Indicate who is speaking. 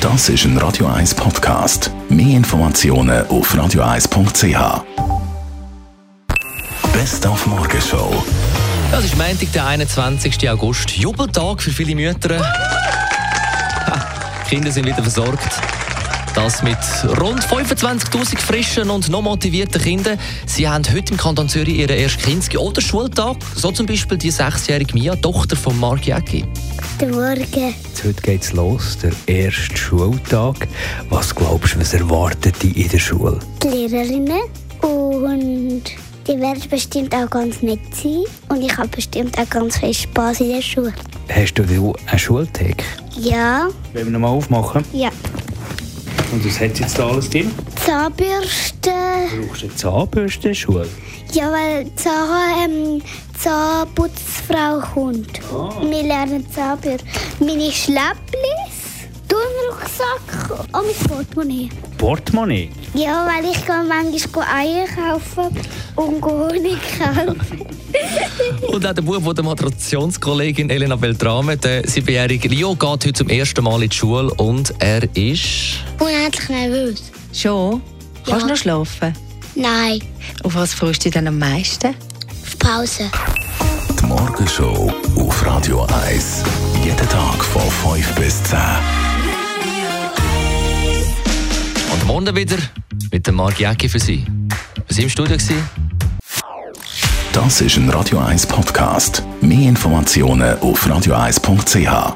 Speaker 1: Das ist ein Radio 1 Podcast. Mehr Informationen auf radio1.ch. Best auf Morgenshow.
Speaker 2: Ja, Es ist Montag, der 21. August. Jubeltag für viele Mütter. Ha, Kinder sind wieder versorgt. Das mit rund 25.000 frischen und noch motivierten Kindern. Sie haben heute im Kanton Zürich ihren ersten Kindesge- oder Schultag. So zum Beispiel die sechsjährige Mia, Tochter von Mark Jäcki.
Speaker 3: Guten Morgen.
Speaker 4: Heute geht's los, der erste Schultag. Was glaubst du, was erwartet dich in der Schule?
Speaker 3: Die Lehrerinnen. Und die werden bestimmt auch ganz nett sein. Und ich habe bestimmt auch ganz viel Spaß in der Schule.
Speaker 4: Hast du einen Schultag?
Speaker 3: Ja,
Speaker 4: Wollen wir nochmal aufmachen?
Speaker 3: ja.
Speaker 4: Und was hat jetzt da alles drin?
Speaker 3: Zahnbürste.
Speaker 4: Du brauchst eine Zahnbürste in der Schule.
Speaker 3: Ja, weil Zara ähm, Zahnputzfrau kommt. Wir lernen Zahnbürste. Meine Schlepplis, Turnrucksack und mein Portemonnaie.
Speaker 4: Portemonnaie.
Speaker 3: Ja, weil ich gehe manchmal Eier kaufen und Honig kaufen.
Speaker 2: Und auch der Bub von der Moderationskollegin Elena Beltrame, der siebenjährige Leo, geht heute zum ersten Mal in die Schule und er ist...
Speaker 3: Unendlich nervös.
Speaker 5: Schon?
Speaker 3: Ja.
Speaker 5: Kannst du noch schlafen?
Speaker 3: Nein,
Speaker 5: Auf was freust du dich dann am meisten?
Speaker 3: auf Pause.
Speaker 1: Die Morgenshow auf Radio 1. Jeden Tag von 5 bis 10.
Speaker 2: Und morgen wieder mit dem Mark Jäcki für Sie. Was im Studio gewesen?
Speaker 1: Das ist ein Radio 1 Podcast. Mehr Informationen auf radio1.ch.